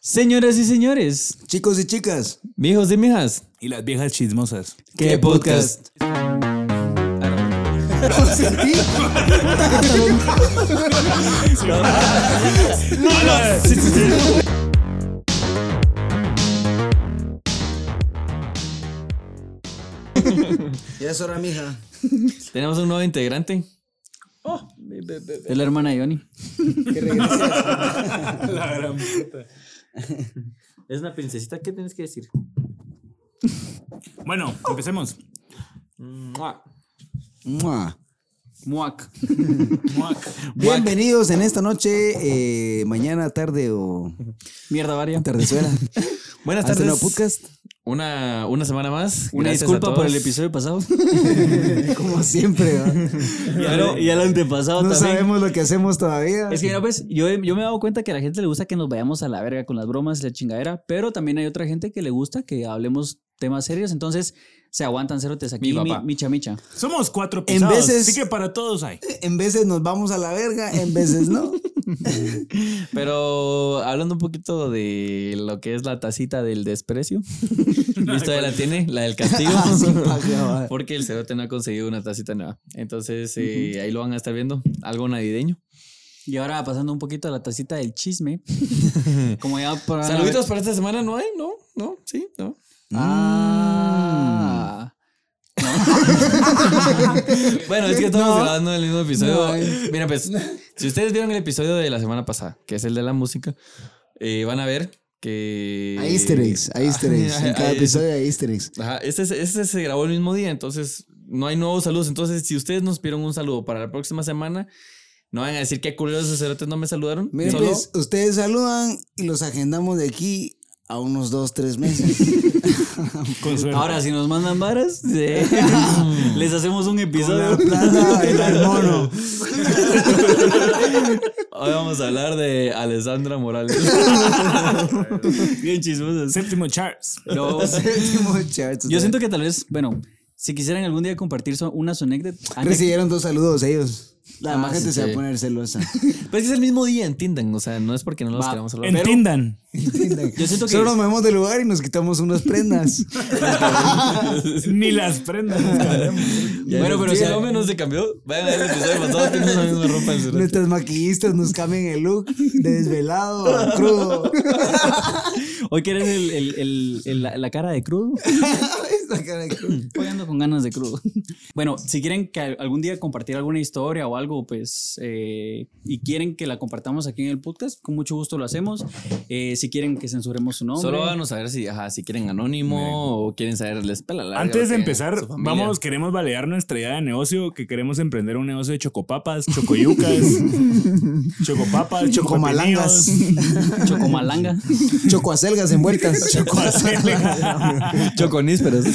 Señoras y señores, Chicos y chicas. mijos y mijas, Y las viejas chismosas. ¿qué podcast? Ya es hora, mija. Tenemos un nuevo integrante. Oh, Es la hermana de Johnny. Es una princesita, ¿qué tienes que decir? Bueno, empecemos. ¡Mua! Mua. Muac. Bienvenidos en esta noche, eh, mañana, tarde o Mierda varia. tardezuela. Buenas a este nuevo tardes. podcast. Una, una semana más. Una Gracias disculpa a por el todos. episodio pasado. Como siempre, ¿va? y, al, y al antepasado no también. sabemos lo que hacemos todavía. Es que, no, pues, yo, he- yo me he dado cuenta que a la gente le gusta que nos vayamos a la verga con las bromas y la chingadera, pero también hay otra gente que le gusta que hablemos temas serios, entonces se aguantan cerotes aquí, Mi mi papá. micha micha. Somos cuatro pisados, veces- así que para todos hay. En veces nos vamos a la verga, en veces no. Pero hablando un poquito de lo que es la tacita del desprecio, ¿listo? Ya la tiene, la del castigo. Ah, Así Ah, pa' que va. Porque el cerote no ha conseguido una tacita nueva. Entonces eh, ahí lo van a estar viendo. Algo navideño. Y ahora pasando un poquito a la tacita del chisme. Como ya por Saluditos para esta semana no hay, no, no, sí, no. Mm. Ah. Bueno, es que estamos No. grabando el mismo episodio. No hay. Mira, pues, si ustedes vieron el episodio de la semana pasada, que es el de la música, eh, van a ver que. Ah, Hay easter eggs, hay easter eggs. En cada Hay- episodio hay easter eggs. Ajá, este, se- este se grabó el mismo día, entonces no hay nuevos saludos. Entonces, si ustedes nos pidieron un saludo para la próxima semana, no van a decir qué culeros esos cerotes no me saludaron. Miren, Solo- pues, ustedes saludan y los agendamos de aquí a unos dos, tres meses. Con suerte. Ahora, si nos mandan varas, eh, les hacemos un Con episodio. la plata en el mono. Hoy vamos a hablar de Alessandra Morales. Bien chismosos. Séptimo Charles. No, Séptimo charts. yo siento que tal vez, bueno, si quisieran algún día compartir so- una su anécdota. Recibieron dos saludos ellos. La Ah, más gente sí, se va sí. a poner celosa. Pero es que es el mismo día, entiendan. O sea, no es porque no los Va, queramos saludar. Entiendan. Yo siento que- Solo nos movemos de lugar y nos quitamos unas prendas. Ni las prendas. nos cambiamos. Ya, bueno, pero si el hombre no se cambió, vayan a ver el episodio pasado, tenemos la misma ropa en su rostro. Nuestras maquillistas nos cambian el look de desvelado a crudo. Hoy quieren el- el- el- el- la- la cara de crudo. Esta cara de crudo. Hoy ando con ganas de crudo. Bueno, si quieren que al- algún día compartir alguna historia o algo, pues, eh, y quieren que la compartamos aquí en el podcast, con mucho gusto lo hacemos. Eh, si quieren que censuremos su nombre. Solo vamos a ver si, ajá, si quieren anónimo o quieren saber, les pela la Antes de verga, empezar, su familia. vamos, queremos validar nuestra idea de negocio, que queremos emprender un negocio de chocopapas, chocoyucas, chocopapas, Chocomalangas. chocomalangas. Chocomalanga. Chocoacelgas envueltas. Choconísperos.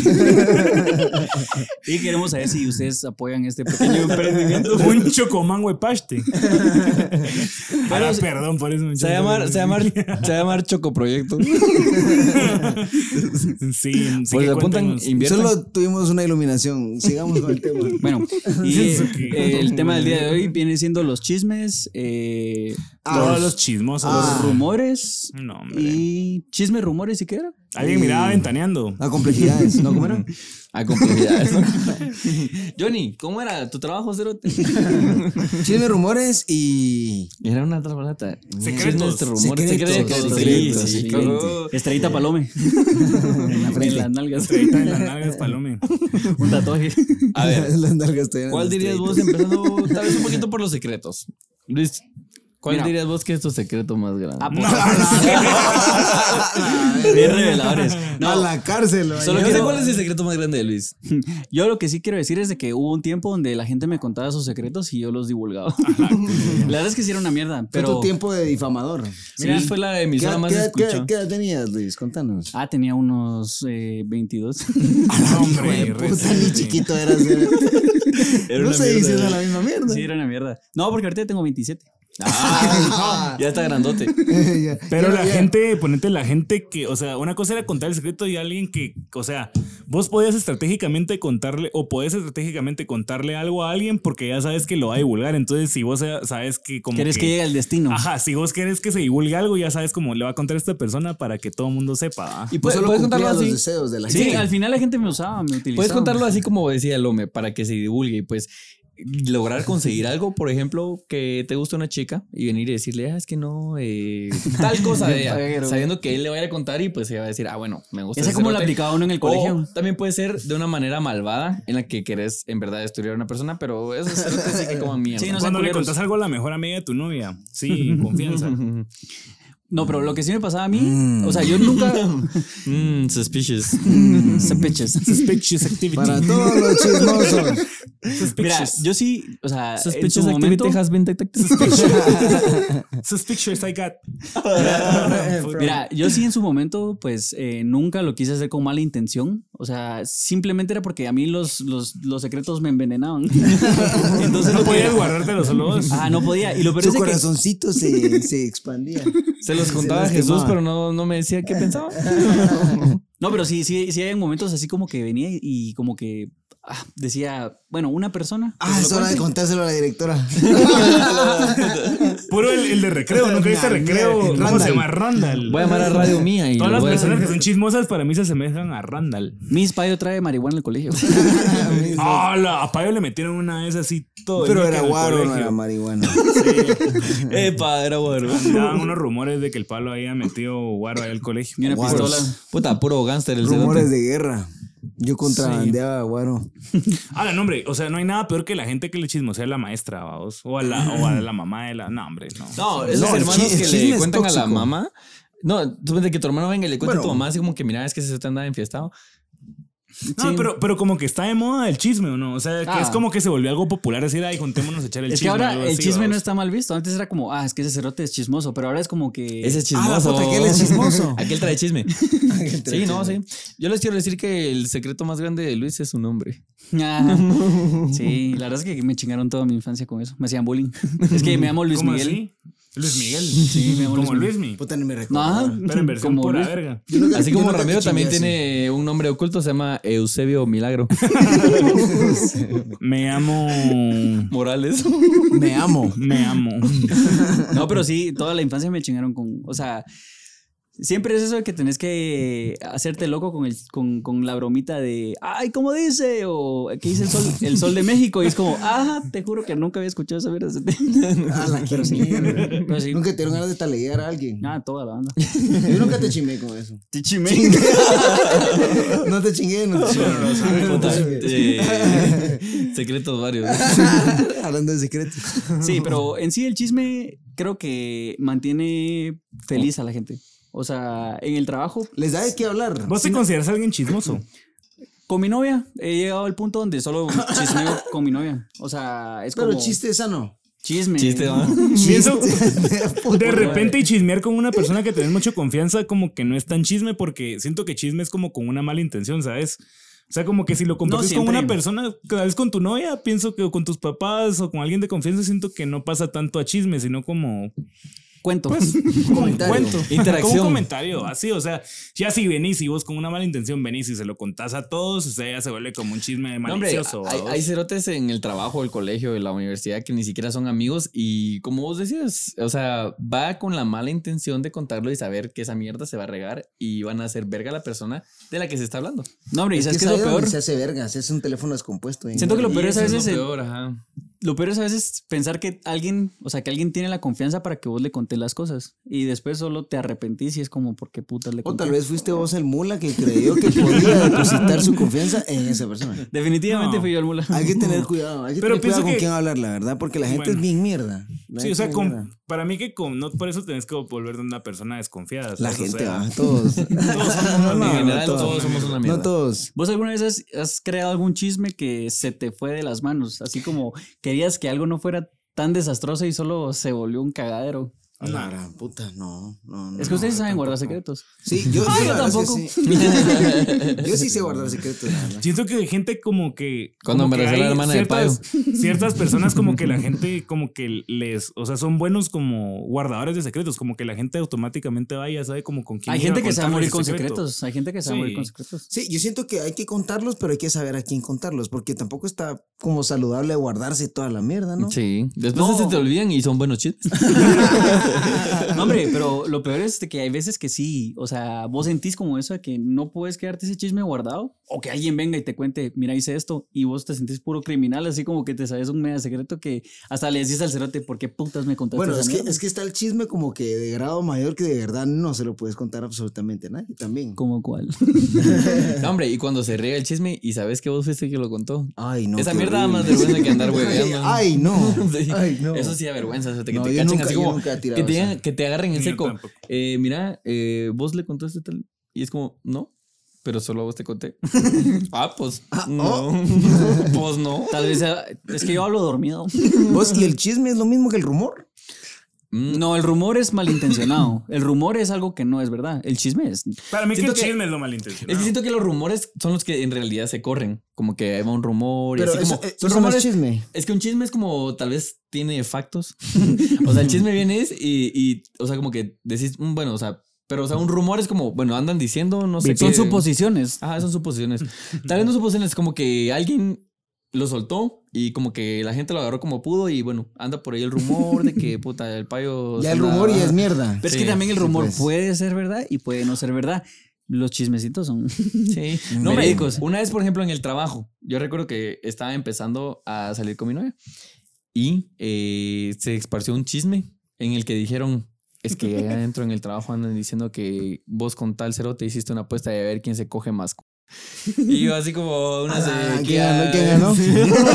y queremos saber si ustedes apoyan este pequeño emprendimiento. Un chocomango de paste. Ahora, perdón por eso. Se va a llamar, se va a llamar, se va a llamar Chocoproyecto. Sí, sí Pues que apuntan, cuéntenos. inviertan. Solo tuvimos una iluminación. Sigamos con el tema. Bueno, y Eso eh, que- el tema del día de hoy viene siendo los chismes, eh, Todos los chismosos. Ah. rumores No, hombre. y chismes, rumores y qué era. Alguien miraba ventaneando. Ah. A complejidades, ¿no? ¿Cómo era? A complejidades. Johnny, ¿cómo era tu trabajo, Cerote? Chisme, rumores y. Era una trasbalata. Secretos. rumores, Secretos, secretos. secretos, Sí, sí, secretos. claro. Estrellita Palome. en la frente. las nalgas. Estrellita en las nalgas, palome. Un tatuaje. A ver, Las nalgas todavía no ¿cuál las este, dirías traigo. vos empezando tal vez un poquito por los secretos? Luis, ¿cuál Mira. dirías vos que es tu secreto más grande? Ah, pues. Bien reveladores. A No, la cárcel. vaya. Solo que sé cuál es el secreto más grande de Luis. yo lo que sí quiero decir es de que hubo un tiempo donde la gente me contaba sus secretos y yo los divulgaba. la verdad es que sí era una mierda, Fue tu pero tiempo de difamador. Mira, fue la ¿Qué, emisora más qué- escuchada. qué- qué edad tenías, Luis? Contanos. ah, tenía unos eh, 22. No, hombre, Hijo de re- puta, ni chiquito eras. era- Era no una se mierda, dice ¿verdad? la misma mierda. sí, era una mierda. No, porque ahorita tengo 27. Ah, ya está grandote. Ya, Pero ya, la ya. gente, ponete la gente que, o sea, una cosa era contar el secreto y alguien que, o sea, vos podías estratégicamente contarle o podés estratégicamente contarle algo a alguien porque ya sabes que lo va a divulgar. Entonces, si vos sa- sabes que como ¿Quieres que llegue al destino? Ajá, si vos querés que se divulgue algo, ya sabes cómo le va a contar a esta persona para que todo el mundo sepa. ¿va? Pues Y puedes, solo puedes cumplía contarlo los así. deseos de la Sí, gente. al final la gente me usaba, me utilizaba. Puedes contarlo así como decía Lome, para que se divulgue y pues lograr conseguir algo, por ejemplo, que te gusta una chica y venir y decirle, ah, es que no, eh, tal cosa de ella, Pero- sabiendo que él le va a ir a contar y pues ella va a decir, ah, bueno, me gusta. Esa ese como la cerote". aplicaba uno en el O colegio. también puede ser de una manera malvada en la que querés en verdad destruir a una persona, pero eso es que como mierda. Sí, no sean Cuando le culeros. contás algo a la mejor amiga de tu novia. Sí, confianza. No, pero lo que sí me pasaba a mí, o sea, yo nunca. Mm, suspicious. se peches. Suspicious activity. Para todos los chismosos. Mira, Suspicious. yo sí, o sea, en su Suspicious momento. activity has been detected. Suspicious I got. Mira, yo sí en su momento, pues eh, nunca lo quise hacer con mala intención. O sea, simplemente era porque a mí los, los, los secretos me envenenaban. Entonces no lo podías que- guardártelo solo vos. Ah, no podía. Y lo peor Su es de que Pues corazoncito se, se expandía. Se los contaba los Jesús, quemaba. pero no, no me decía qué pensaba. No, pero sí, sí, sí hay momentos así como que venía y, y como que ah, decía, bueno, una persona. que Ah, se lo es hora de cuente. contárselo a la directora. Ah, Puro el, el de recreo, nunca viste recreo. ¿Cómo Randall. se llama? Randall. Voy a llamar a Radio Mía y Todas lo las voy a decir. personas que son chismosas para mí se asemejan a Randall. Miss Payo trae marihuana al colegio. Ah, la- a Payo le metieron una vez así todo. el Pero día era que en el guaro, no colegio. era marihuana. Epa, era bueno. Andaban unos rumores de que el Pablo había metido guaro ahí al colegio. Y una Guaros. pistola. Puta, puro gángster el Rumores de guerra. Yo contrabandeaba guaro. Ah, la nombre, o sea, no hay nada peor que la gente que le chismosea a la maestra, vaos. O a la, o a la mamá de la. No, hombre, no. No, esos No, el hermanos chi- el que chisme le es cuentan a la tóxico. mamá. No, tú piensas que tu hermano venga y le cuente a tu Bueno. Ah, mamá así como que mira, es que se te anda enfiestado. No, Sí. pero, pero como que está de moda el chisme, ¿o no? O sea, que Ah. es como que se volvió algo popular decir, ay, juntémonos a echar el es que chisme. ahora algo el así, chisme no vaos. está mal visto. Antes era como, ah, es que ese cerote es chismoso, pero ahora es como que. Ese es Ah, chismoso. la puta, aquel es chismoso. Aquel trae chisme. Aquel trae sí, no, sí. Yo les quiero decir que el secreto más grande de Luis es su nombre. Ah, sí, la verdad es que me chingaron toda mi infancia con eso. Me hacían bullying. Es que me llamo Luis ¿Cómo Miguel. así? Luis Miguel. Sí, me Pues llamo como Luis Luis Miguel. Puta, ni me Ajá. recuerdo. Pero en versión Como pura Luis- verga. Yo nunca- Así yo como nunca Ramiro chingué también así. tiene un nombre oculto, se llama Eusebio Milagro Me amo. Morales. Me amo. Me amo. No, pero sí, toda la infancia me chingaron con. O sea, siempre es eso de que tenés que hacerte loco con, el, con, con la bromita de. ¡Ay, cómo dice! O ¿qué dice el sol, el sol de México? Y es como, ¡ah! Te juro que nunca había escuchado esa mierda. Ah, la quiero mierda. Pero sí, Ah, Nunca te dieron ganas de taleguear a alguien. nada, toda la banda. Yo nunca te chimé con eso. Te No te chingué, no te chingué. Puta, eh, secretos varios. Hablando de secretos. Sí, pero en sí el chisme creo que mantiene feliz a la gente. O sea, en el trabajo, ¿Les da de qué hablar? ¿Vos te consideras alguien chismoso? con mi novia, he llegado al punto donde solo chismeo con mi novia. O sea, es Pero como chiste sano. chisme. Chiste, ¿no? Pienso- Puta, De repente y chismear con una persona que tenés mucha confianza como que no es tan chisme porque siento que chisme es como con una mala intención, ¿sabes? O sea, como que si lo compartes con siempre. una persona, tal vez con tu novia, pienso que o con tus papás o con alguien de confianza, siento que no pasa tanto a chisme, sino como, Cuento. Pues, como un Comentario. cuento. Interacción. Como un comentario, así, o sea, ya si venís y vos con una mala intención venís y se lo contás a todos, o sea, ya se vuelve como un chisme No, hombre, malicioso. hay, ¿va? hay cerotes en el trabajo, el colegio, en la universidad que ni siquiera son amigos y como vos decías, o sea, va con la mala intención de contarlo y saber que esa mierda se va a regar y van a hacer verga a la persona de la que se está hablando. No, hombre, ¿y Es sabes que qué es lo sabe dónde peor? Se hace vergas, es un teléfono descompuesto. bien Siento que lo verga. peor es a Eso veces lo el- peor, ajá. Lo peor es a veces pensar que alguien, o sea, que alguien tiene la confianza para que vos le contés las cosas y después solo te arrepentís y es como, ¿por qué putas le O conté? tal vez fuiste vos el mula que creyó que podía depositar su confianza en esa persona. Definitivamente No. fui yo el mula. Hay que tener cuidado, hay que Pero tener pienso cuidado con que- quién hablar, la verdad, porque la gente Bueno. es bien mierda. La Sí, gente o sea, es con- mierda. para mí que con, no por eso tenés que volver de una persona desconfiada. La ¿sabes? O gente ah. sea, va, todos. todos somos En una general mierda, todos somos una mierda. No todos. ¿Vos alguna vez has, has creado algún chisme que se te fue de las manos? Así como querías que algo no fuera tan desastroso y solo se volvió un cagadero. A Ah, la gran puta, no, no, no. Es que ustedes no, saben tampoco. guardar secretos. Sí, yo, yo Ay, yo la verdad es que sí. yo sí sé guardar secretos. la verdad. Siento que hay gente como que. Cuando como me que recé la hay hermana de ciertas, ciertas personas como que la gente como que les. O sea, son buenos como guardadores de secretos. Como que la gente automáticamente va y ya sabe como con quién. Hay ir gente que se va a contarle morir ese con secreto. secretos. Hay gente que se va a morir Sí. con secretos. Sí, yo siento que hay que contarlos, pero hay que saber a quién contarlos, porque tampoco está como saludable guardarse toda la mierda, ¿no? Sí. Después No. se te olvidan y son buenos chistes. Ah, No, hombre, pero lo peor es de que hay veces que sí. O sea, vos sentís como eso de que no puedes quedarte ese chisme guardado o que alguien venga y te cuente, mira, hice esto y vos te sentís puro criminal, así como que te sabes un mega secreto que hasta le decís al cerote, ¿por qué putas me contaste? Bueno, esa es que, mierda?" es que está el chisme como que de grado mayor que de verdad no se lo puedes contar absolutamente a nadie también. Como cuál. No, hombre, y cuando se riega el chisme y sabes que vos fuiste el que lo contó. Ay, no. Esa qué mierda da horrible. más vergüenza que andar hueveando. Ay, no. Sí. Ay, no. Eso sí da vergüenza. o sea, que No, te yo cachen nunca- así yo como. nunca he tirado que, te, esa. digan- que te agarren en Yo seco. tampoco. Eh, mira, eh, vos le contaste tal. Y es como, no, pero solo a vos te conté. ah, pues. oh. no. pues no. Tal vez sea- es que yo hablo dormido. ¿Vos y el chisme es lo mismo que el rumor? Mm, No, el rumor es malintencionado. El rumor es algo que no es verdad. El chisme es. Para mí que el Siento que- chisme es lo Es que malintencionado. siento que los rumores son los que en realidad se corren. Como que ahí va un rumor y Pero así eso, como. eh, son eso no es rumores. chisme. Es que un chisme es como tal vez tiene factos. o sea, el chisme viene es y, y, o sea, como que decís, "Mm, bueno, o sea, pero o sea, un rumor es como, bueno, andan diciendo, no sé Son qué. suposiciones. Ah, son suposiciones. Tal vez no suposiciones, como que alguien lo soltó y como que la gente lo agarró como pudo y bueno, anda por ahí el rumor de que puta, el payo. Ya se el anda- rumor ya es mierda. Pero Sí, es que también el sí, rumor pues. puede ser verdad y puede no ser verdad. Los chismecitos son. Sí. No, hombre, Verídicos. Una vez, por ejemplo, en el trabajo, yo recuerdo que estaba empezando a salir con mi novia y eh, se esparció un chisme en el que dijeron. Es que allá adentro en el trabajo andan diciendo que vos con tal cero te hiciste una apuesta de a ver quién se coge más. cu-". Y yo así como una Ah, sequía. ¿Quién ganó? ¿Quién ganó?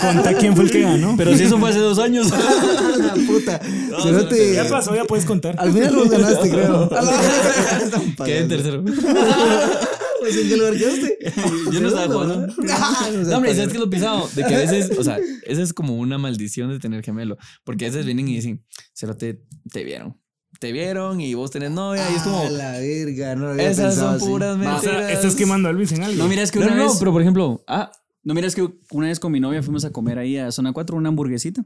Contá quién fue el que ganó. Pero si eso fue hace dos años. la puta. Cerote. ya pasó, ya puedes contar. Al final lo ganaste, creo. Quedé en tercero. Pues, ¿En qué lugar quedaste? Yo no estaba Segundo, jugando. Ah, No, hombre, ¿sabes qué es lo pisado? De que a veces, o sea, esa es como una maldición de tener gemelo. Porque a veces vienen y dicen, Cerote, te vieron. Te vieron y vos tenés novia. y es como, Ah, la verga, no lo había esas pensado son así. puras O mentiras. sea, estás quemando a Luis en algo. No, mira, es que No, una no, no, vez. pero por ejemplo, ah, No, mira, es que una vez con mi novia fuimos a comer ahí a Zona 4 una hamburguesita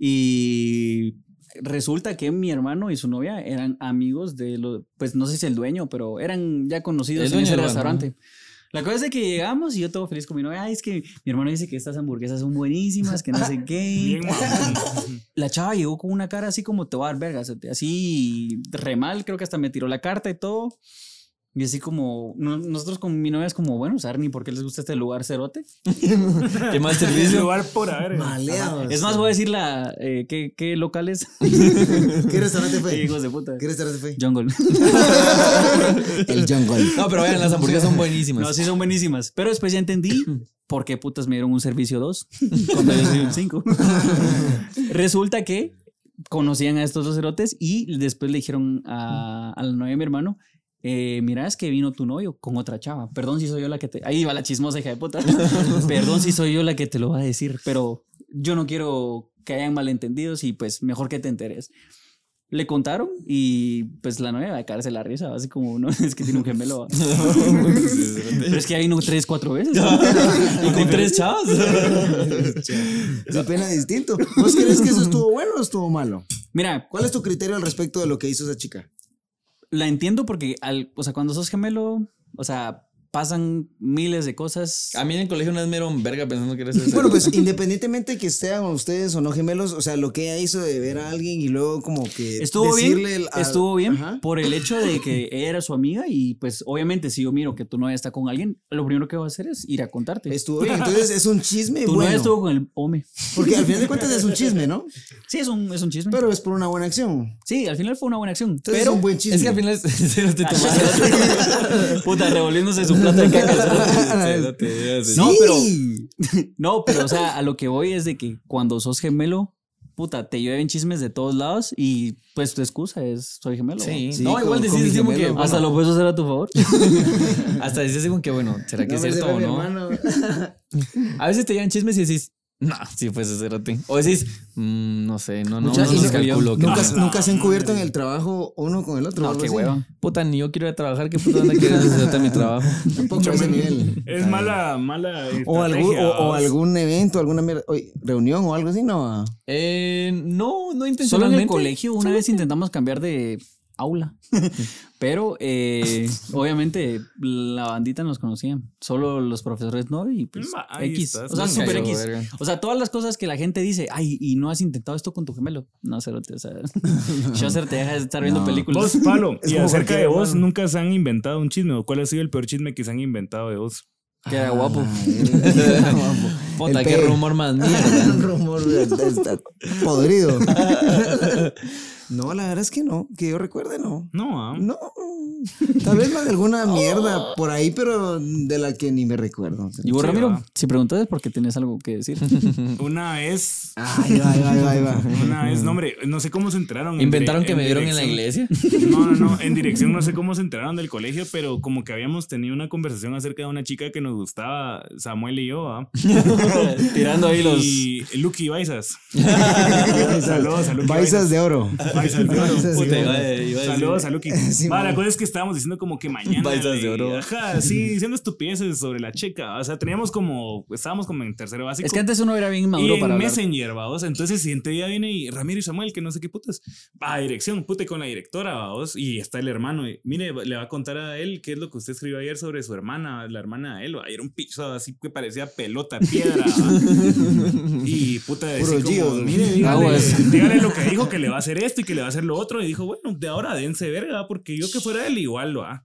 y resulta que mi hermano y su novia eran amigos de los, pues no sé si el dueño, pero eran ya El conocidos en dueño ese del restaurante. La cosa es de que llegamos y yo todo feliz con mi novia. Ay, es que mi hermano dice que estas hamburguesas son buenísimas, que no sé qué. Bien, mamón. La chava llegó con una cara así como te voy a dar vergas, así re mal, creo que hasta me tiró la carta y todo. Y así como, no- nosotros con mi novia es como, bueno, Sarni, ¿por qué les gusta este lugar cerote? qué mal Es servicio. lugar por haber. eh. Maleados. Es más, voy a decir la, eh, ¿qué, qué local es? ¿Qué restaurante fue? Hijos de puta. ¿Qué restaurante fue? Jungle. El Jungle. No, pero vean, las hamburguesas son buenísimas. No, sí son buenísimas. Pero después ya entendí por qué putas me dieron un servicio 2 cuando yo soy un 5. Resulta que conocían a estos dos cerotes y después le dijeron a, a la novia de mi hermano. Eh, mira, es que vino tu novio con otra chava. Perdón si soy yo la que te. Ahí va la chismosa hija de puta. Perdón si soy yo la que te lo va a decir, pero yo no quiero que hayan malentendidos y pues mejor que te enteres. Le contaron y pues la novia va a caerse la risa, así como, no, es que tiene un gemelo. va". Pero es que ya vino tres, cuatro veces. y con tres chavas. Se pena distinto. ¿Vos crees que eso estuvo bueno o estuvo malo? Mira, ¿Cuál es tu criterio al respecto de lo que hizo esa chica? la entiendo porque, al, o sea, cuando sos gemelo, o sea, pasan miles de cosas. A mí en el colegio una vez me dieron verga pensando que eres ese. Bueno, pues independientemente que sean ustedes o no gemelos, o sea, lo que ella hizo de ver a alguien y luego como que Estuvo bien, decirle el- a- estuvo bien Ajá. por el hecho de que ella era su amiga y pues obviamente si yo miro que tu novia está con alguien, lo primero que voy a hacer es ir a contarte. Estuvo bien. Entonces es un chisme tu novia bueno. estuvo con el home. Porque al final de cuentas es un chisme, ¿no? Sí, es un, es un chisme. Pero es por una buena acción. sí, al final fue una buena acción. Entonces es un buen chisme. es que al final cerote, Ah, tu Pero- Puta, revolviéndose su plata de caca. madre, cerote, ya sé. No, ah, Sí. pero No, pero o sea, a lo que voy es de que cuando sos gemelo, puta, te llueven chismes de todos lados y pues tu excusa es soy gemelo. Sí. ¿no? Sí, no, con- igual con decís mi así como que. gemelo, bueno, Hasta lo puedes hacer a tu favor. pues, Hasta decís así como que, bueno, ¿será que es cierto o no? hermano. A veces te llegan chismes y decís, No, sí, pues ese cerote. O decís, mm, no sé, no, no, Muchas- no y les no- calculo. que- Nunca, Ah, nunca se han cubierto en el trabajo uno con el otro. o No, algo qué así. hueva. Puta, ni yo quiero ir a trabajar. ¿Qué puta onda quieres hacer mi trabajo? Tampoco a ese nivel. Es mala, mala. O algún, estrategia, o- o ¿vos? algún evento, alguna mierda- oye, reunión o algo así, no. Ah, Eh, no, no Solo en intencionalmente. el colegio una vez intentamos cambiar de aula. Pero eh, obviamente la bandita nos conocía. Solo los profesores no y pues Mm, Ma, ahí X. estás, O sea, me super cayó, X. verga. O sea, todas las cosas que la gente dice, ay, y no has intentado esto con tu gemelo. No, Cerote, o sea, Chaucer te deja de estar viendo películas. Vos, Palo, Es y como acerca de cualquier vos, hermano. nunca se han inventado un chisme. ¿O ¿Cuál ha sido el peor chisme que se han inventado de vos? Que era guapo. Puta, ah, El qué pe- rumor más mierda. Un rumor de- de- de- podrido. No, la verdad es que no, que yo recuerde, no. No, ah. No, tal vez más de alguna mierda por ahí, pero de la que ni me recuerdo. Y vos, Sí, Ramiro, va. si preguntas es porque tienes algo que decir. Mm. Una vez. Ay, va, ahí va, ahí va, ahí va. Una vez, no, hombre, no sé cómo se enteraron. en Inventaron dire- que me vieron en la dirección. iglesia. No, no, no. En dirección no sé cómo se enteraron del colegio, pero como que habíamos tenido una conversación acerca de una chica que nos gustaba, Samuel y yo, ¿ah? Tirando ahí los. Y Lucky Baisas. Baisas, Saludos a Lucky Baisas de oro. Baisas de oro. eh, Baisas Puta, de iba oro. a- iba a decir- Saludos a Lucky. Sí, Va, la man. cosa es que estábamos diciendo como que mañana. Baisas de le- oro. Ajá, sí, diciendo estupideces sobre la checa. O sea, teníamos como. Estábamos como en tercero básico. Es que antes uno era bien Y maduro en para hablar. Messenger, vaos. Entonces, el siguiente día viene y Ramiro y Samuel, que no sé qué putas, va a dirección, pute con la directora, vaos. Y está el hermano. y, mire, le va a contar a él qué es lo que usted escribió ayer sobre su hermana, la hermana de él. va, y Era un piso así que parecía pelota, piedra. va. y puta, Puro decía como, Gio. mire, Ah, dígale, Aguas. dígale lo que dijo, que le va a hacer esto y que le va a hacer lo otro. Y dijo, bueno, de ahora dense verga, porque yo que fuera él igual lo va.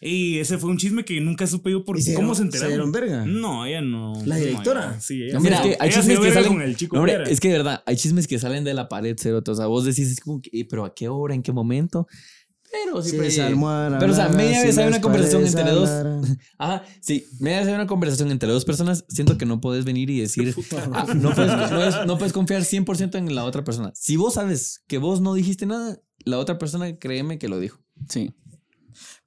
Y ese fue un chisme que nunca supe yo por ¿Y se cómo dieron- se se enteraron. dieron Mm, verga? No, ella no. ¿La no, directora? ella- sí, ella No, hombre, Mira, es que hay ella se chismes que verga salen. con el chico no, hombre, Piedra. es que de verdad, hay chismes que salen de la pared, cerote. O sea, vos decís, es como que, "Eh, pero ¿a qué hora? ¿En qué momento? Pero Si siempre. esa almohada pero, o sea, hablara, media si vez hay las una conversación paredes entre dos. hablaran. Ajá, sí, media vez hay una conversación entre dos personas. Siento que no puedes venir y decir, "Ah, no, puedes, no es- no puedes confiar 100% en la otra persona. Si vos sabes que vos no dijiste nada, la otra persona, créeme que lo dijo. Sí.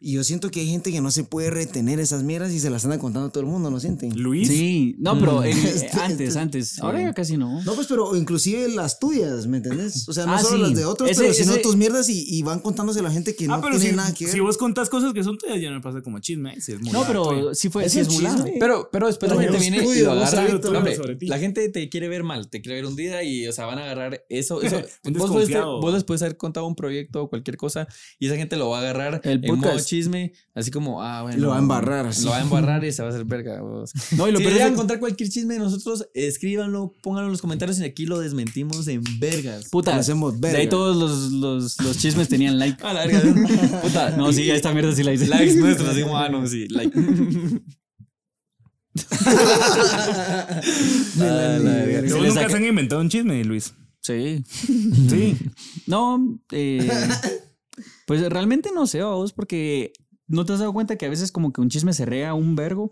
Y yo siento que hay gente que no se puede retener esas mierdas y se las anda contando a todo el mundo, ¿no sienten? Luis. Sí. No, pero en- Este- antes, este- antes. Ahora ya casi no. No, pues, pero inclusive las tuyas, ¿me entendés? O sea, no Ah, solo sí. las de otros, Ese- pero sino ese- tus mierdas y, y van contándose a la gente que Ah, no pero tiene si, nada que ver. si vos contás cosas que son tuyas, ya no me pasa como chisme. ahí sí es No, mulato, pero ahí. sí fue. Es Pues sí un es mulado. chisme. Pero, pero después la Pero gente vos viene tuyo, y lo vos agarra. sabes todo Hombre, sobre ti. la gente te quiere ver mal, te quiere ver hundida y, o sea, van a agarrar eso. eso. Un vos, puedes, desconfiado. vos les puedes haber contado un proyecto o cualquier cosa y esa gente lo va a agarrar El en modo podcast. chisme, así como, ah, bueno. Lo va a embarrar, así. Lo va a embarrar y se va a hacer verga. vos. No, y lo si peor es quieren que- encontrar cualquier chisme de nosotros, escríbanlo, pónganlo en los comentarios y aquí lo desmentimos en vergas. Puta. Lo hacemos de ahí verga. todos los, los, los chismes tenían like. A la verga. Puta, No, sí, esta mierda sí la hice. Likes nuestros, así como, ah, no, sí, like. A la verga. Pero Se vos les nunca saca- se han inventado un chisme, Luis. Sí. Sí. No, eh, pues realmente no sé, vos, porque no te has dado cuenta que a veces como que un chisme se rea un vergo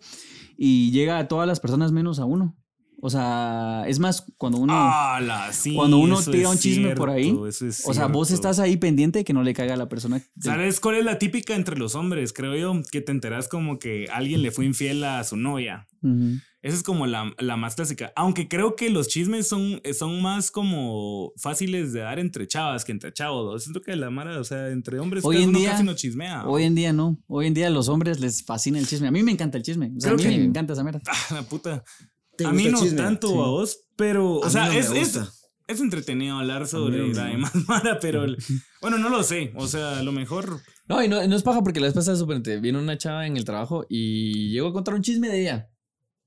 y llega a todas las personas menos a uno. O sea, es más, cuando uno... Ah, Ala, sí, Mm. Cuando uno eso tira es un chisme por ahí, cierto, eso es o sea, vos cierto. estás ahí pendiente de que no le caiga a la persona. del- ¿Sabes cuál es la típica entre los hombres? Creo yo que te enterás como que alguien le fue infiel a su novia. Ujú. Esa es como la, la más clásica. Aunque creo que los chismes son, eh, son más como fáciles de dar entre chavas que entre chavos. ¿no? Siento que la mara, o sea, entre hombres Hoy casi en uno día- casi no chismea. Hoy en día no. Hoy en día a los hombres les fascina el chisme. A mí me encanta el chisme. O sea, a mí Creo que- me encanta esa mierda. Ah, la puta. ¿Te A gusta mí el no chisme? tanto Sí. a vos, pero, o A mí sea, no me es, es- gusta. es entretenido hablar sobre la demás mara, pero el- bueno, no lo sé. O sea, a lo mejor. No, y no, y no es paja porque la vez pasada, suponete, vino una chava en el trabajo y llegó a contar un chisme de ella.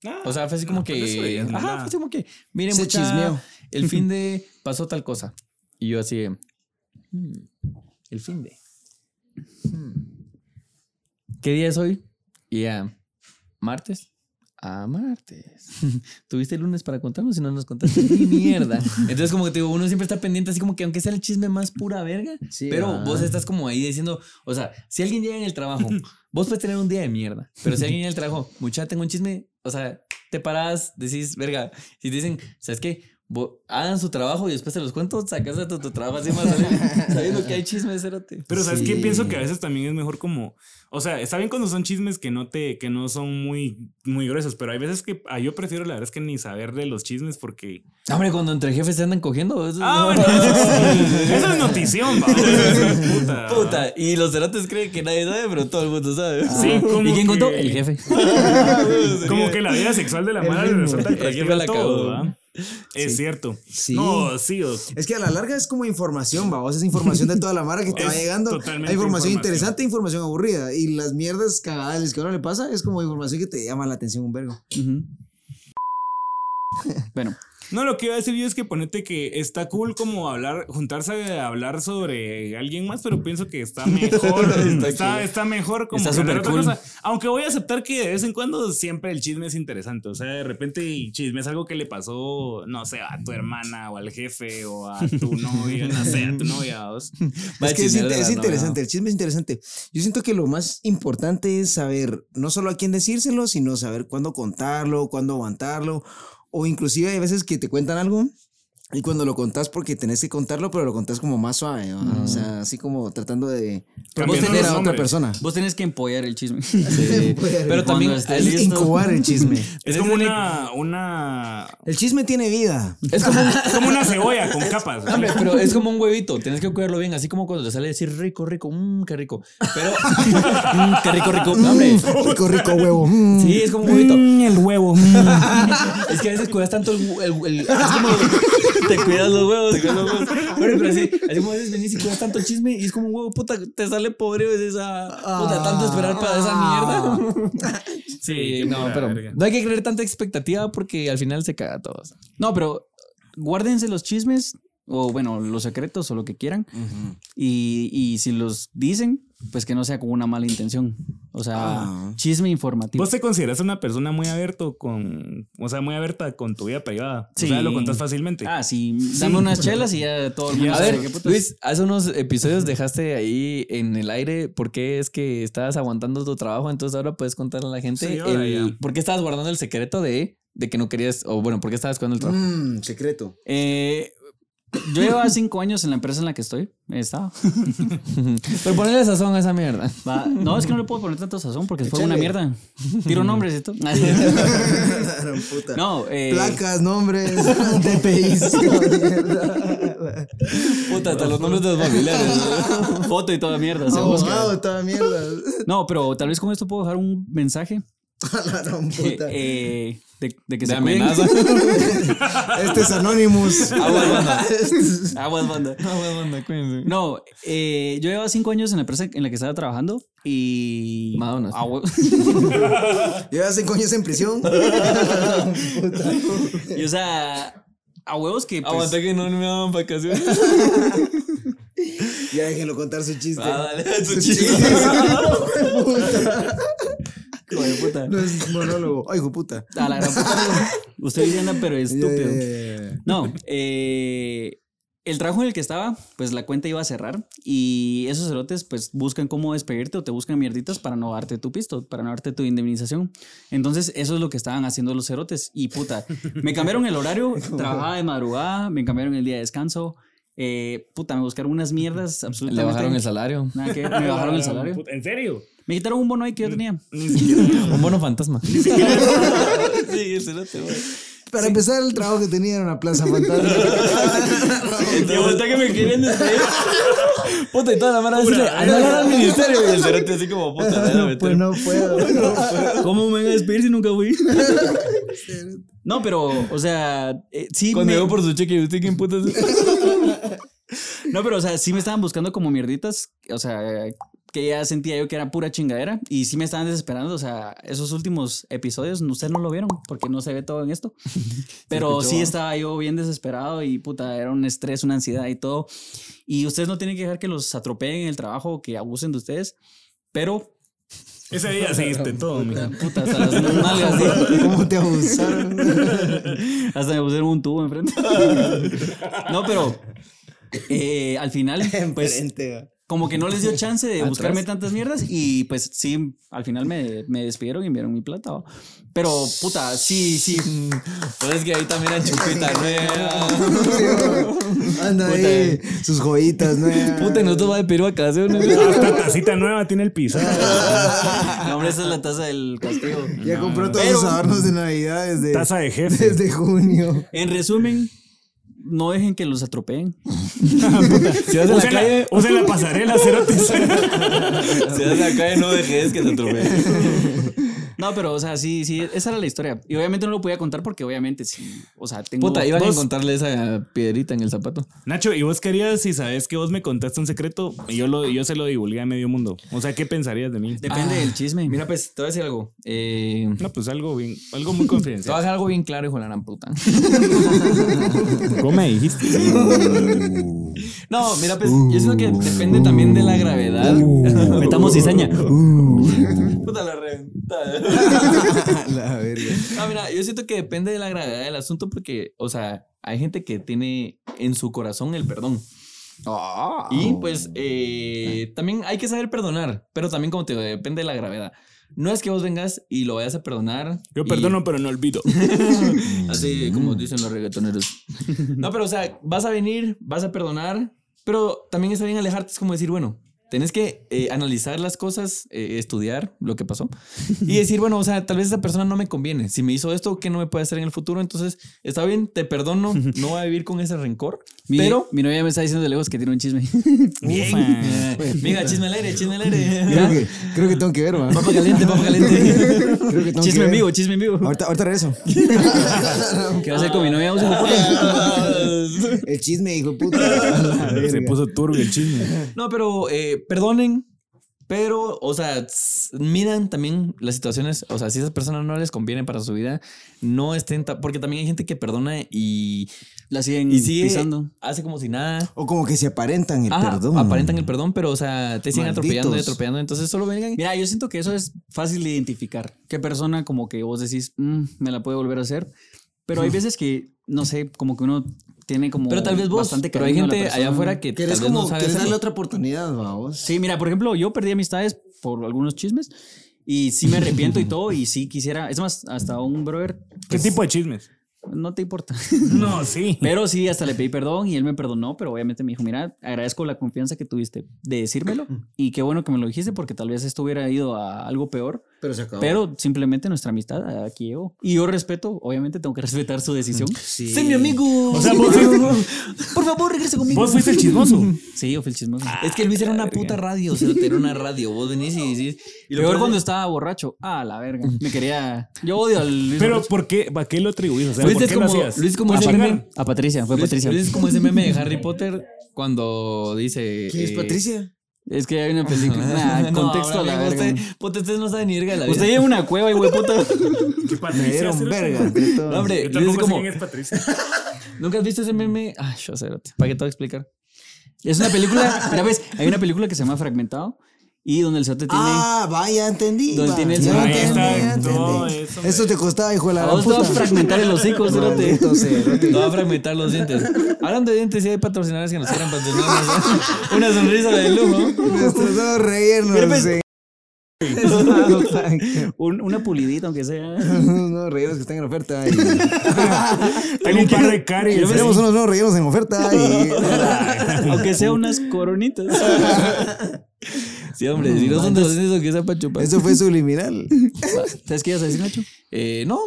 ah, O sea, fue así como no, pero eso que. ya es Ajá, nada. fue así como que. Miren, Se mucha, chismeó. El fin de pasó tal cosa. Y yo así. de, "Hmm, el fin de. hmm, ¿Qué día es hoy? Y ya. ¿Martes? Ah, martes. Tuviste el lunes para contarnos y no nos contaste ni mierda. Entonces, como que te digo, uno siempre está pendiente, así como que aunque sea el chisme más pura verga, Sí, pero ah. vos estás como ahí diciendo, o sea, si alguien llega en el trabajo, vos puedes tener un día de mierda, pero si alguien llega en el trabajo, mucha, tengo un chisme, o sea, te paras, decís, verga, si te dicen, ¿sabes qué? vo- hagan su trabajo y después se los cuento, sacas de tu, tu trabajo así más adelante, sabiendo que hay chismes, cérate. Pero ¿sabes qué? Sí. Pienso que a veces también es mejor como, o sea, está bien cuando son chismes que no te que no son muy muy gruesos, pero hay veces que ah, yo prefiero la verdad es que ni saber de los chismes porque Hombre, cuando entre jefes se andan cogiendo. eso- Ah, bueno, eso es, eso es notición, va. Eso es puta. Ah. Puta, y los cerates creen que nadie sabe, pero todo el mundo sabe. Sí, como ¿Y quién que- contó? El jefe. Como que la vida sexual de la mala le mismo. resulta El jefe atractiva la a cagó. todo, ¿va? Es cierto. Sí. No, sí. o- Es que a la larga es como información, babos. Es información de toda la mara que te va Es llegando. Hay totalmente información, información. interesante, información aburrida. Y las mierdas cagadas que ahora le pasa es como información que te llama la atención un vergo. Ujú. Bueno, No, lo que iba a decir yo es que ponete que está cool como hablar, juntarse a hablar sobre alguien más, pero pienso que está mejor. está, está, mejor como Está que hablar súper otra cool. cosa. Aunque voy a aceptar que de vez en cuando siempre el chisme es interesante. O sea, de repente el chisme es algo que le pasó, no sé, a tu hermana o al jefe o a tu novia, no sé, a tu novia. vos. Va Es que es, chismear inte- de la es novia. interesante, el chisme es interesante. Yo siento que lo más importante es saber no solo a quién decírselo, sino saber cuándo contarlo, cuándo aguantarlo. O inclusive hay veces que te cuentan algo y cuando lo contás porque tenés que contarlo, pero lo contás como más suave. ¿no? O sea, así como tratando de Cambiando proponer los a otra nombres. persona. vos tenés que empollar el chisme. Sí. Pero Cuando también estés es Es Mm, incubar el chisme. Es como una, una, El chisme tiene vida. Es como, un- como una cebolla con capas. hombre, pero es como un huevito, tienes que cuidarlo bien, así como cuando te sale decir rico, rico, mmm, qué rico. Pero mm, qué rico, rico, hombre. Rico, rico huevo. Mm. Sí, es como un huevito. el huevo. Es que a veces cuidas tanto el, hu- el- el- es como- te cuidas los huevos, te cuidas los huevos. Bueno, pero así, así como a veces venís y cuidas tanto el chisme y es como un huevo, puta, te sale pobre es esa puta, tanto esperar para esa mierda. Sí, no, pura pero verga. no hay que creer tanta expectativa porque al final se caga todo. No, pero guárdense los chismes o bueno, los secretos o lo que quieran. y, y si los dicen, pues que no sea con una mala intención. O sea, Ah. chisme informativo. ¿Vos te consideras una persona muy abierto con, o sea, muy abierta con tu vida privada? Sí. O sea, lo contás fácilmente. Ah, sí, dame unas chelas y ya todo el mundo A sabe ver, qué putas. Luis, hace unos episodios dejaste ahí en el aire por qué es que estabas aguantando tu trabajo, entonces ahora puedes contarle a la gente Sí, ahora el- ya. por qué estabas guardando el secreto de, de que no querías, o bueno, por qué estabas cuidando el trabajo. Mm, secreto. Eh, yo llevaba cinco años en la empresa en la que estoy. Estaba. Pero ponerle sazón a esa mierda. Va, No, es que no le puedo poner tanto sazón porque fue una Échale. mierda. Tiro nombres y todo. Gran puta. No, eh, Placas, nombres, DPIs. Puta, hasta los nombres de los familiares. foto y toda mierda. se busca. Abogado, toda mierda. No, pero tal vez con esto puedo dejar un mensaje A la gran que, puta. eh, de, de que De se cuiden. amenaza. Este es Anonymous. Ah, Aguas, banda. Aguas, banda. No. No, eh, yo llevaba cinco años en la empresa en la que estaba trabajando y. Madonna. Ah, hue- Yo hace cinco años en prisión. Puta. y o sea, a huevos que. pues, Aguanta que no me daban vacaciones. Ya déjenlo contar su chiste. Ah, dale, tu Su chiste. Puta. hijo de puta. No es monólogo. Ay, hijo de puta. A la gran puta. Usted dice anda, pero estúpido. Ya, ya, ya, ya. No, eh, el trabajo en el que estaba, pues la cuenta iba a cerrar y esos cerotes pues buscan cómo despedirte o te buscan mierditas para no darte tu pisto, para no darte tu indemnización. Entonces eso es lo que estaban haciendo los cerotes y puta, me cambiaron el horario, trabajaba de madrugada, me cambiaron el día de descanso, eh, puta, me buscaron unas mierdas absolutamente. Le bajaron el salario. Nada que ver, me bajaron el salario. ¿En serio? Me quitaron un bono ahí que yo tenía. Ni siquiera. Un bono fantasma. Sí, el cerote, güey. Para empezar, el trabajo que tenía era una plaza fantasma. Y ahorita que me quieren despedir. Puta, y toda la mara a decirle, Pura. "Anda a hablar al ministerio. Y el cerote así como, puta, me voy a No, pues meter. no puedo. ¿Cómo me van a despedir si nunca fui? No, pero, o sea, eh, sí. Cuando me- llegó por su cheque, ¿y usted quién puta es? No, pero, o sea, sí me estaban buscando como mierditas. O sea, que ya sentía yo que era pura chingadera. Y sí me estaban desesperando. O sea, esos últimos episodios, no- ustedes no lo vieron porque no se ve todo en esto. Pero escuchó. sí estaba yo bien desesperado y puta, era un estrés, una ansiedad y todo. Y ustedes no tienen que dejar que los atropellen en el trabajo, que abusen de ustedes. Pero, Ese día seguiste todo, mija. puta, hasta las nalgas, sí. ¿Cómo te abusaron? Hasta me pusieron un tubo enfrente. no, pero eh, al final, pues Enfrente, va. Como que no les dio chance de Atrás. buscarme tantas mierdas y pues sí, al final me, me despidieron y enviaron mi plata. ¿va? Pero puta, sí, sí. Pues es que ahí también hay chupita nueva. Anda ahí, sus joyitas, ¿no? Puta, y nosotros va de Perú a vacaciones. Hasta tacita nueva tiene el pisado. No, hombre, esa es la taza del castigo. Ya compró todos Pero- los adornos de Navidad desde, Taza de jefe. desde junio. En resumen, no dejen que los atropellen. Si vas a la Usa la, calle, usa la pasarela, cerotes. si vas a la calle, no dejes que te atropellen. No, pero, o sea, sí, sí, esa era la historia. Y obviamente no lo podía contar porque obviamente sí, o sea, tengo... Puta, iban a dos- encontrarle esa piedrita en el zapato. Nacho, ¿y vos querías, si sabes que vos me contaste un secreto, y yo, lo, yo se lo divulgué a medio mundo? O sea, ¿qué pensarías de mí? Depende del chisme. Mira, pues, te voy a decir algo. Eh, No, pues algo bien, algo te voy muy a confidencial. dejar algo bien claro, hijo de la gran puta. ¿Cómo me dijiste? No, mira, pues, yo siento que depende también de la gravedad. Uh. Metamos cizaña. Puta, la reventa. La verga. No, mira, yo siento que depende de la gravedad del asunto porque, o sea, hay gente que tiene en su corazón el perdón. Y Oh. Ah. pues eh, también hay que saber perdonar, pero también como te digo, depende de la gravedad. No es que vos vengas y lo vayas a perdonar. Yo y- perdono, pero no olvido. Así Mm. como dicen los reggaetoneros. No, pero o sea, vas a venir, vas a perdonar, pero también está bien alejarte. Es como decir, bueno, tenés que eh, analizar las cosas, eh, estudiar lo que pasó y decir, bueno, o sea, tal vez esa persona no me conviene. Si me hizo esto, ¿qué no me puede hacer en el futuro? Entonces, está bien, te perdono, no voy a vivir con ese rencor, Mi, pero. mi novia me está diciendo de lejos que tiene un chisme. Ufa. Mira, chisme al aire, chisme al aire. Creo que, creo que tengo que ver, man. Papa caliente, papa caliente. Creo que tengo que chisme en ver. vivo, chisme en vivo. Ahorita, ahorita regreso. ¿Qué va a hacer con mi novia? Vamos a jugar. El chisme, hijo de puta. Ah, La verga. Se puso turbio el chisme. No, pero eh, perdonen, pero, o sea, tss, miran también las situaciones, o sea, si a esas personas no les conviene para su vida, no estén, ta- porque también hay gente que perdona y, La siguen y sigue, pisando. hace como si nada. O como que se aparentan el Ajá, perdón. Aparentan el perdón, pero, o sea, te siguen atropellando y Malditos. atropellando, entonces solo vengan. Mira, yo siento que eso es fácil de identificar. Qué persona como que vos decís, "Mm, me la puede volver a hacer. Pero hay veces que, no sé, como que uno tiene como Pero tal vez vos, bastante pero hay cariño a la gente allá persona. afuera que tal vez Querés como no sabe querés darle hacerlo. otra oportunidad, vamos. Sí, mira, por ejemplo, yo perdí amistades por algunos chismes y sí me arrepiento y todo y sí quisiera, es más, hasta un brother, pues, ¿Qué tipo de chismes? no te importa. No, sí. Pero sí, hasta le pedí perdón y él me perdonó, pero obviamente me dijo, mira, agradezco la confianza que tuviste de decírmelo y qué bueno que me lo dijiste porque tal vez esto hubiera ido a algo peor, Pero se acabó. pero simplemente nuestra amistad aquí llegó. Y yo respeto, obviamente tengo que respetar su decisión. Sí. Sé mi amigo. O sea, vos fuiste, por favor, regresa conmigo. vos fuiste el chismoso. Sí, yo fui el chismoso. Es que Luis era una puta radio, o sea, era una radio. Vos venís y decís. Y lo peor peor cuando estaba borracho. Ah, la verga. Me quería. Yo odio al Luis Pero borracho. ¿por qué, ¿para qué lo atribuís? O sea, Luis ¿por es qué como- lo hacías? Luis como ¿A ese pagar? meme. A Patricia, fue Luis, Patricia. Luis es como ese meme de Harry Potter cuando dice. ¿Quién es eh, ah, Patricia? Es que hay una película. Nah, No, Ah, contexto a ahora la bien, verga. Usted, Usted, puta, usted no sabe ni verga de la vida. usted lleva una cueva y hueputa. ¿Qué Me Patricia? dieron ¿Cerote? verga. entre todos. No, hombre, Yo Luis es tampoco sé como. quién es Patricia. ¿Nunca has visto ese meme? Ay, yo sé, espérate, ¿para qué te voy a explicar? Es una película. Mira, ves, hay una película que se llama Fragmentado y donde el sote tiene. Ah, vaya, entendí. Donde va. tiene el Ya celular. entendí, Ahí está, ya entendí. todo eso, Eso te costaba, hijo de la a gran vos te va a puta. fragmentar el hocico, cerote. Maldito cerote. Te va a fragmentar los dientes. Hablando de dientes, si hay patrocinadores que nos quieran patrocinar. ¿no? Una sonrisa de lujo. Nuestros dos pues, reírnos. eh. Un- una pulidita, aunque sea. Unos rellenos que están en oferta. y- Tengo un par de caries. pues, ahí. Tenemos unos nuevos rellenos en oferta. y- aunque sea unas coronitas. Sí, hombre, si no son de los dientes, que sea para chupar. Eso fue subliminal. ¿Sabes qué ibas a decir, Nacho? Eh, no,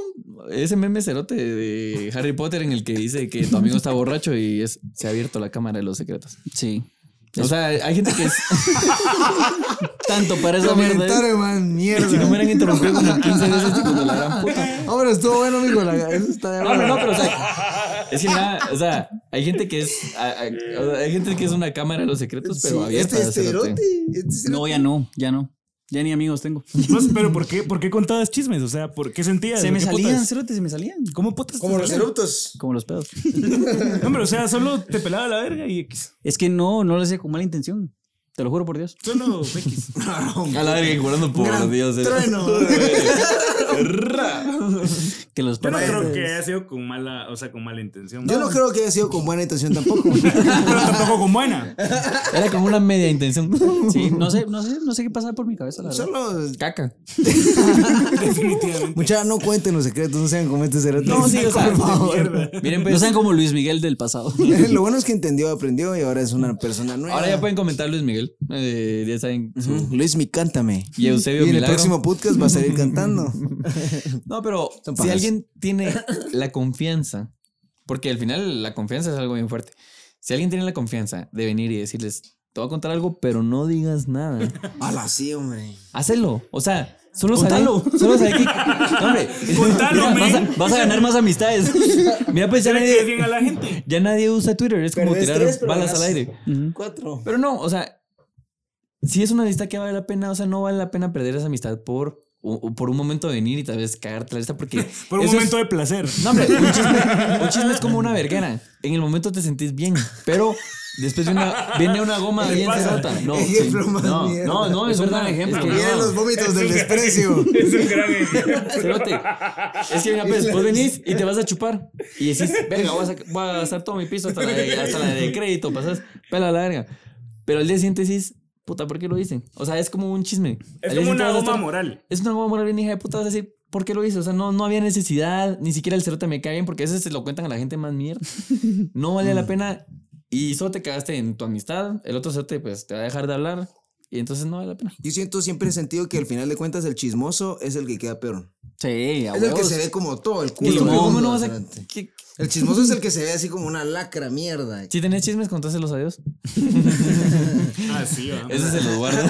ese meme cerote de Harry Potter en el que dice que tu amigo está borracho y es, se ha abierto la cámara de los secretos. Sí. O sea, hay gente que es. Tanto para esa mierda. ¿eh? Comentario, man. Si no me Mierda. hubieran interrumpido como 15 veces, chicos, de la gran puta. Hombre, estuvo bueno, amigo. la- Eso está de No, no, no, acuerdo. pero o sea, es que nada, o sea, hay gente que es, a- a- o sea, hay gente que es una cámara de los secretos, pero Sí, abierta. Este es cerote. cerote. Este es cerote. No, ya no, ya no. Ya ni amigos tengo. No sé, pero ¿por qué, ¿por qué contabas chismes? O sea, ¿por qué sentías? Se me ¿Qué salían, putas? cerote, se me salían. ¿Cómo putas? Como te los salían? eructos. Como los pedos. No, pero o sea, solo te pelaba la verga y X. Es que no, no lo hacía con mala intención. Te lo juro por Dios. Solo X. A la verga, jurando por Dios. eh. Trueno. que los Yo no papás- creo pues. que haya sido con mala, o sea, con mala intención. Yo no creo que haya sido con buena intención tampoco. Pero tampoco con buena. Era como una media intención. Sí, no sé, no sé, no sé qué pasa por mi cabeza, la verdad. Solo. Caca. Definitivamente. Muchachos, no cuenten los secretos, no sean como este cerote. No, sí, o sea, por favor. Miren, No pues. sean como Luis Miguel del pasado. Lo bueno es que entendió, aprendió y ahora es una persona nueva. Ahora ya pueden comentar Luis Miguel. Eh, ya saben. su- Ujú. Luis, mi cántame. Y Y Eusebio en el Milagro. próximo podcast va a salir cantando. No, pero Son si pajas. alguien tiene la confianza, porque al final la confianza es algo bien fuerte. Si alguien tiene la confianza de venir y decirles, te voy a contar algo, pero no digas nada, Hala, sí, hombre. hácelo. O sea, solo sabe, Contalo. solo sabe que. No, hombre, Contalo, Mira, vas, a, men. vas a ganar más amistades. Mira, pues ya ¿Será que es nadie, bien a la gente? ya nadie usa Twitter, es como Perdés tirar tres, pero balas ganás. al aire. Ujú. Cuatro. Pero no, o sea, si es una amistad que vale la pena, o sea, no vale la pena perder esa amistad por, o- o por un momento de venir y tal vez cagarte la lista porque. Por un eso es- momento de placer. No, hombre, un chisme, un chisme es como una verguera. En el momento te sentís bien, pero después viene una, viene una goma ¿Qué bien pasa? cerota. No, Ejemplo sí, más no, mierda. no, no, es, Es un verdad. gran ejemplo, Es que, ¿no? Miren los vómitos del desprecio. Es un gran ejemplo. cerote. Es que mira, pues, vos venís y te vas a chupar y decís, verga, voy a, sac- voy a gastar todo mi piso hasta la de, hasta la de crédito, pasas, pela la verga. Pero al día siguiente decís, puta, ¿por qué lo hice? O sea, es como un chisme. Es Al día como siguiente una vas a goma estar- moral. es una goma moral bien hija de puta, vas a decir, ¿por qué lo hice? O sea, no, no había necesidad, ni siquiera el cerote me cae bien, porque a veces se lo cuentan a la gente más mierda. No valía la pena y solo te cagaste en tu amistad, el otro cerote pues te va a dejar de hablar y entonces no vale la pena. Yo siento siempre he sentido que al final de cuentas el chismoso es el que queda peor. Sí, a Es el que huevos. se ve como todo, el Y culo. como, del ¿cómo mundo, no vas a- espérate. qué- qué- El chismoso es el que se ve así como una lacra mierda. Si tenés chismes, contáselos a Dios. Ah, sí, va. Ese se los guardo.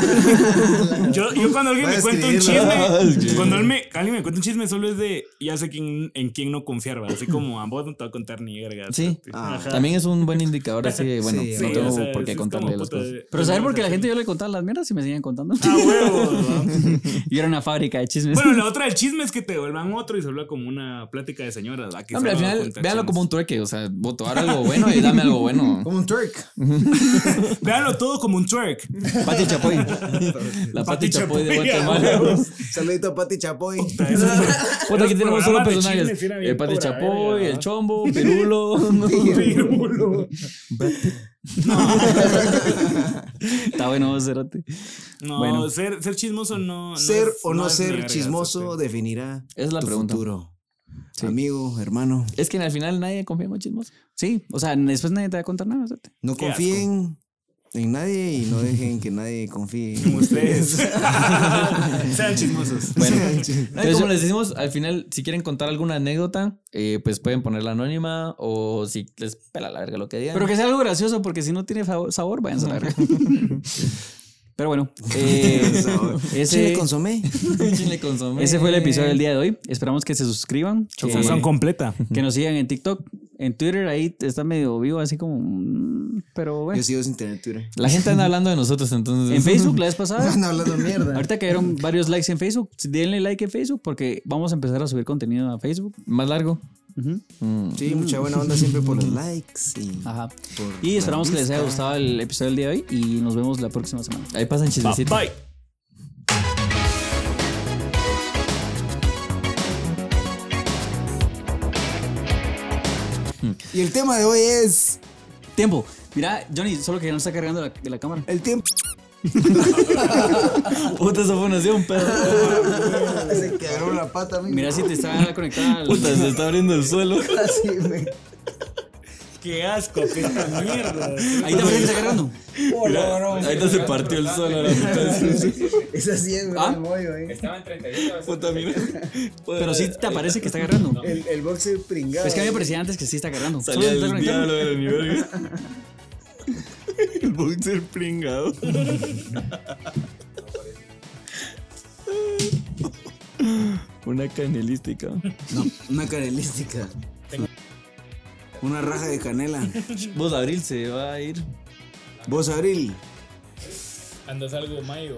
Yo, yo cuando alguien Voy a me cuenta un escribirlo. chisme, cuando él me- alguien me cuenta un chisme, solo es de ya sé quién, en quién no confiar, ¿verdad? Así como "Ah, a vos no te va a contar ni verga. Sí. Ah, Ajá. También es un buen indicador así de, bueno, Sí, no Sí, tengo o sea, por sí qué es contarle como las puta cosas. de- Pero saber por qué la gente yo le contaba las mierdas y me seguían contando. Ah, huevos, ¿verdad? Yo era una fábrica de chismes. Bueno, la otra del chisme es que te vuelvan otro y se vuelva como una plática de señoras. ¿verdad? Que Hombre, al solo final, cuenta véanlo chismes. como un trueque. O sea, voto ahora algo bueno y dame algo bueno. Como un twerk. Véanlo todo como un twerk. Pati Chapoy. La Pati, Pati Chapoy de Chapoy, a Guatemala. huevos. Saludito a Pati Chapoy. Puta, aquí Los tenemos solo programas de personajes. chismes eran bien El Pati pura Chapoy, verga, el ¿no? Chombo, Pirulo. Pirulo. Está bueno, cerote. No, Bueno. ser, ser chismoso no. no Ser es- o no, es ni ser verga, chismoso este. definirá Esa es la tu pregunta. futuro. Amigo, hermano, Es que al final nadie confía en los chismos. Sí, o sea, después nadie te va a contar nada, cerote. no Qué confíen en nadie y no dejen que nadie confíe. Como ustedes. Sean chismosos. Bueno, Entonces- como les decimos, al final, si quieren contar alguna anécdota, eh, pues pueden ponerla anónima o si les pela la verga lo que digan. Pero que sea algo gracioso, porque si no tiene fa- sabor, váyanse a la verga. Pero bueno, eh, Chile ese, consomé. Chile consomé. ese fue el episodio del día de hoy. Esperamos que se suscriban, que, Sazón completa. que nos sigan en TikTok. En Twitter ahí está medio vivo, así como... mm, Pero bueno. Yo sigo sin tener Twitter. La gente anda hablando de nosotros, entonces. En Facebook la vez pasada. Están hablando mierda. Ah. Ahorita cayeron varios likes en Facebook. Denle like en Facebook porque vamos a empezar a subir contenido a Facebook. Más largo. Ujú. Mm. Sí, mucha buena onda siempre por los likes y Ajá. por Y la esperamos que les haya vista. gustado el episodio del día de hoy y nos vemos la próxima semana. Ahí pasan Bye. chismecitos. bye. Y el tema de hoy es Tiempo. Mira, Johnny, solo que no está cargando la, la cámara. el tiempo. Puta, esa fue una acción, pedo. Se quebró la pata, amigo. Mira si te está conectada. al- Puta, se está abriendo el suelo. Así, me- Qué asco, qué esta mierda. Ahí te parece que está cargando. Ahorita se partió el suelo a la mitad. Es así, es ¿Ah? el bollo, eh. Puta, mira. Pero sí eh, te parece que está cargando. El, el boxer pringado. Es que a mí me parecía antes que sí está cargando. Solo Salía está el diablo conectando. del universo. El boxer pringado. Una canelística. No, una canelística. Una raja de canela. Vos, Abril, se va a ir. Vos, Abril. Andas algo mayo.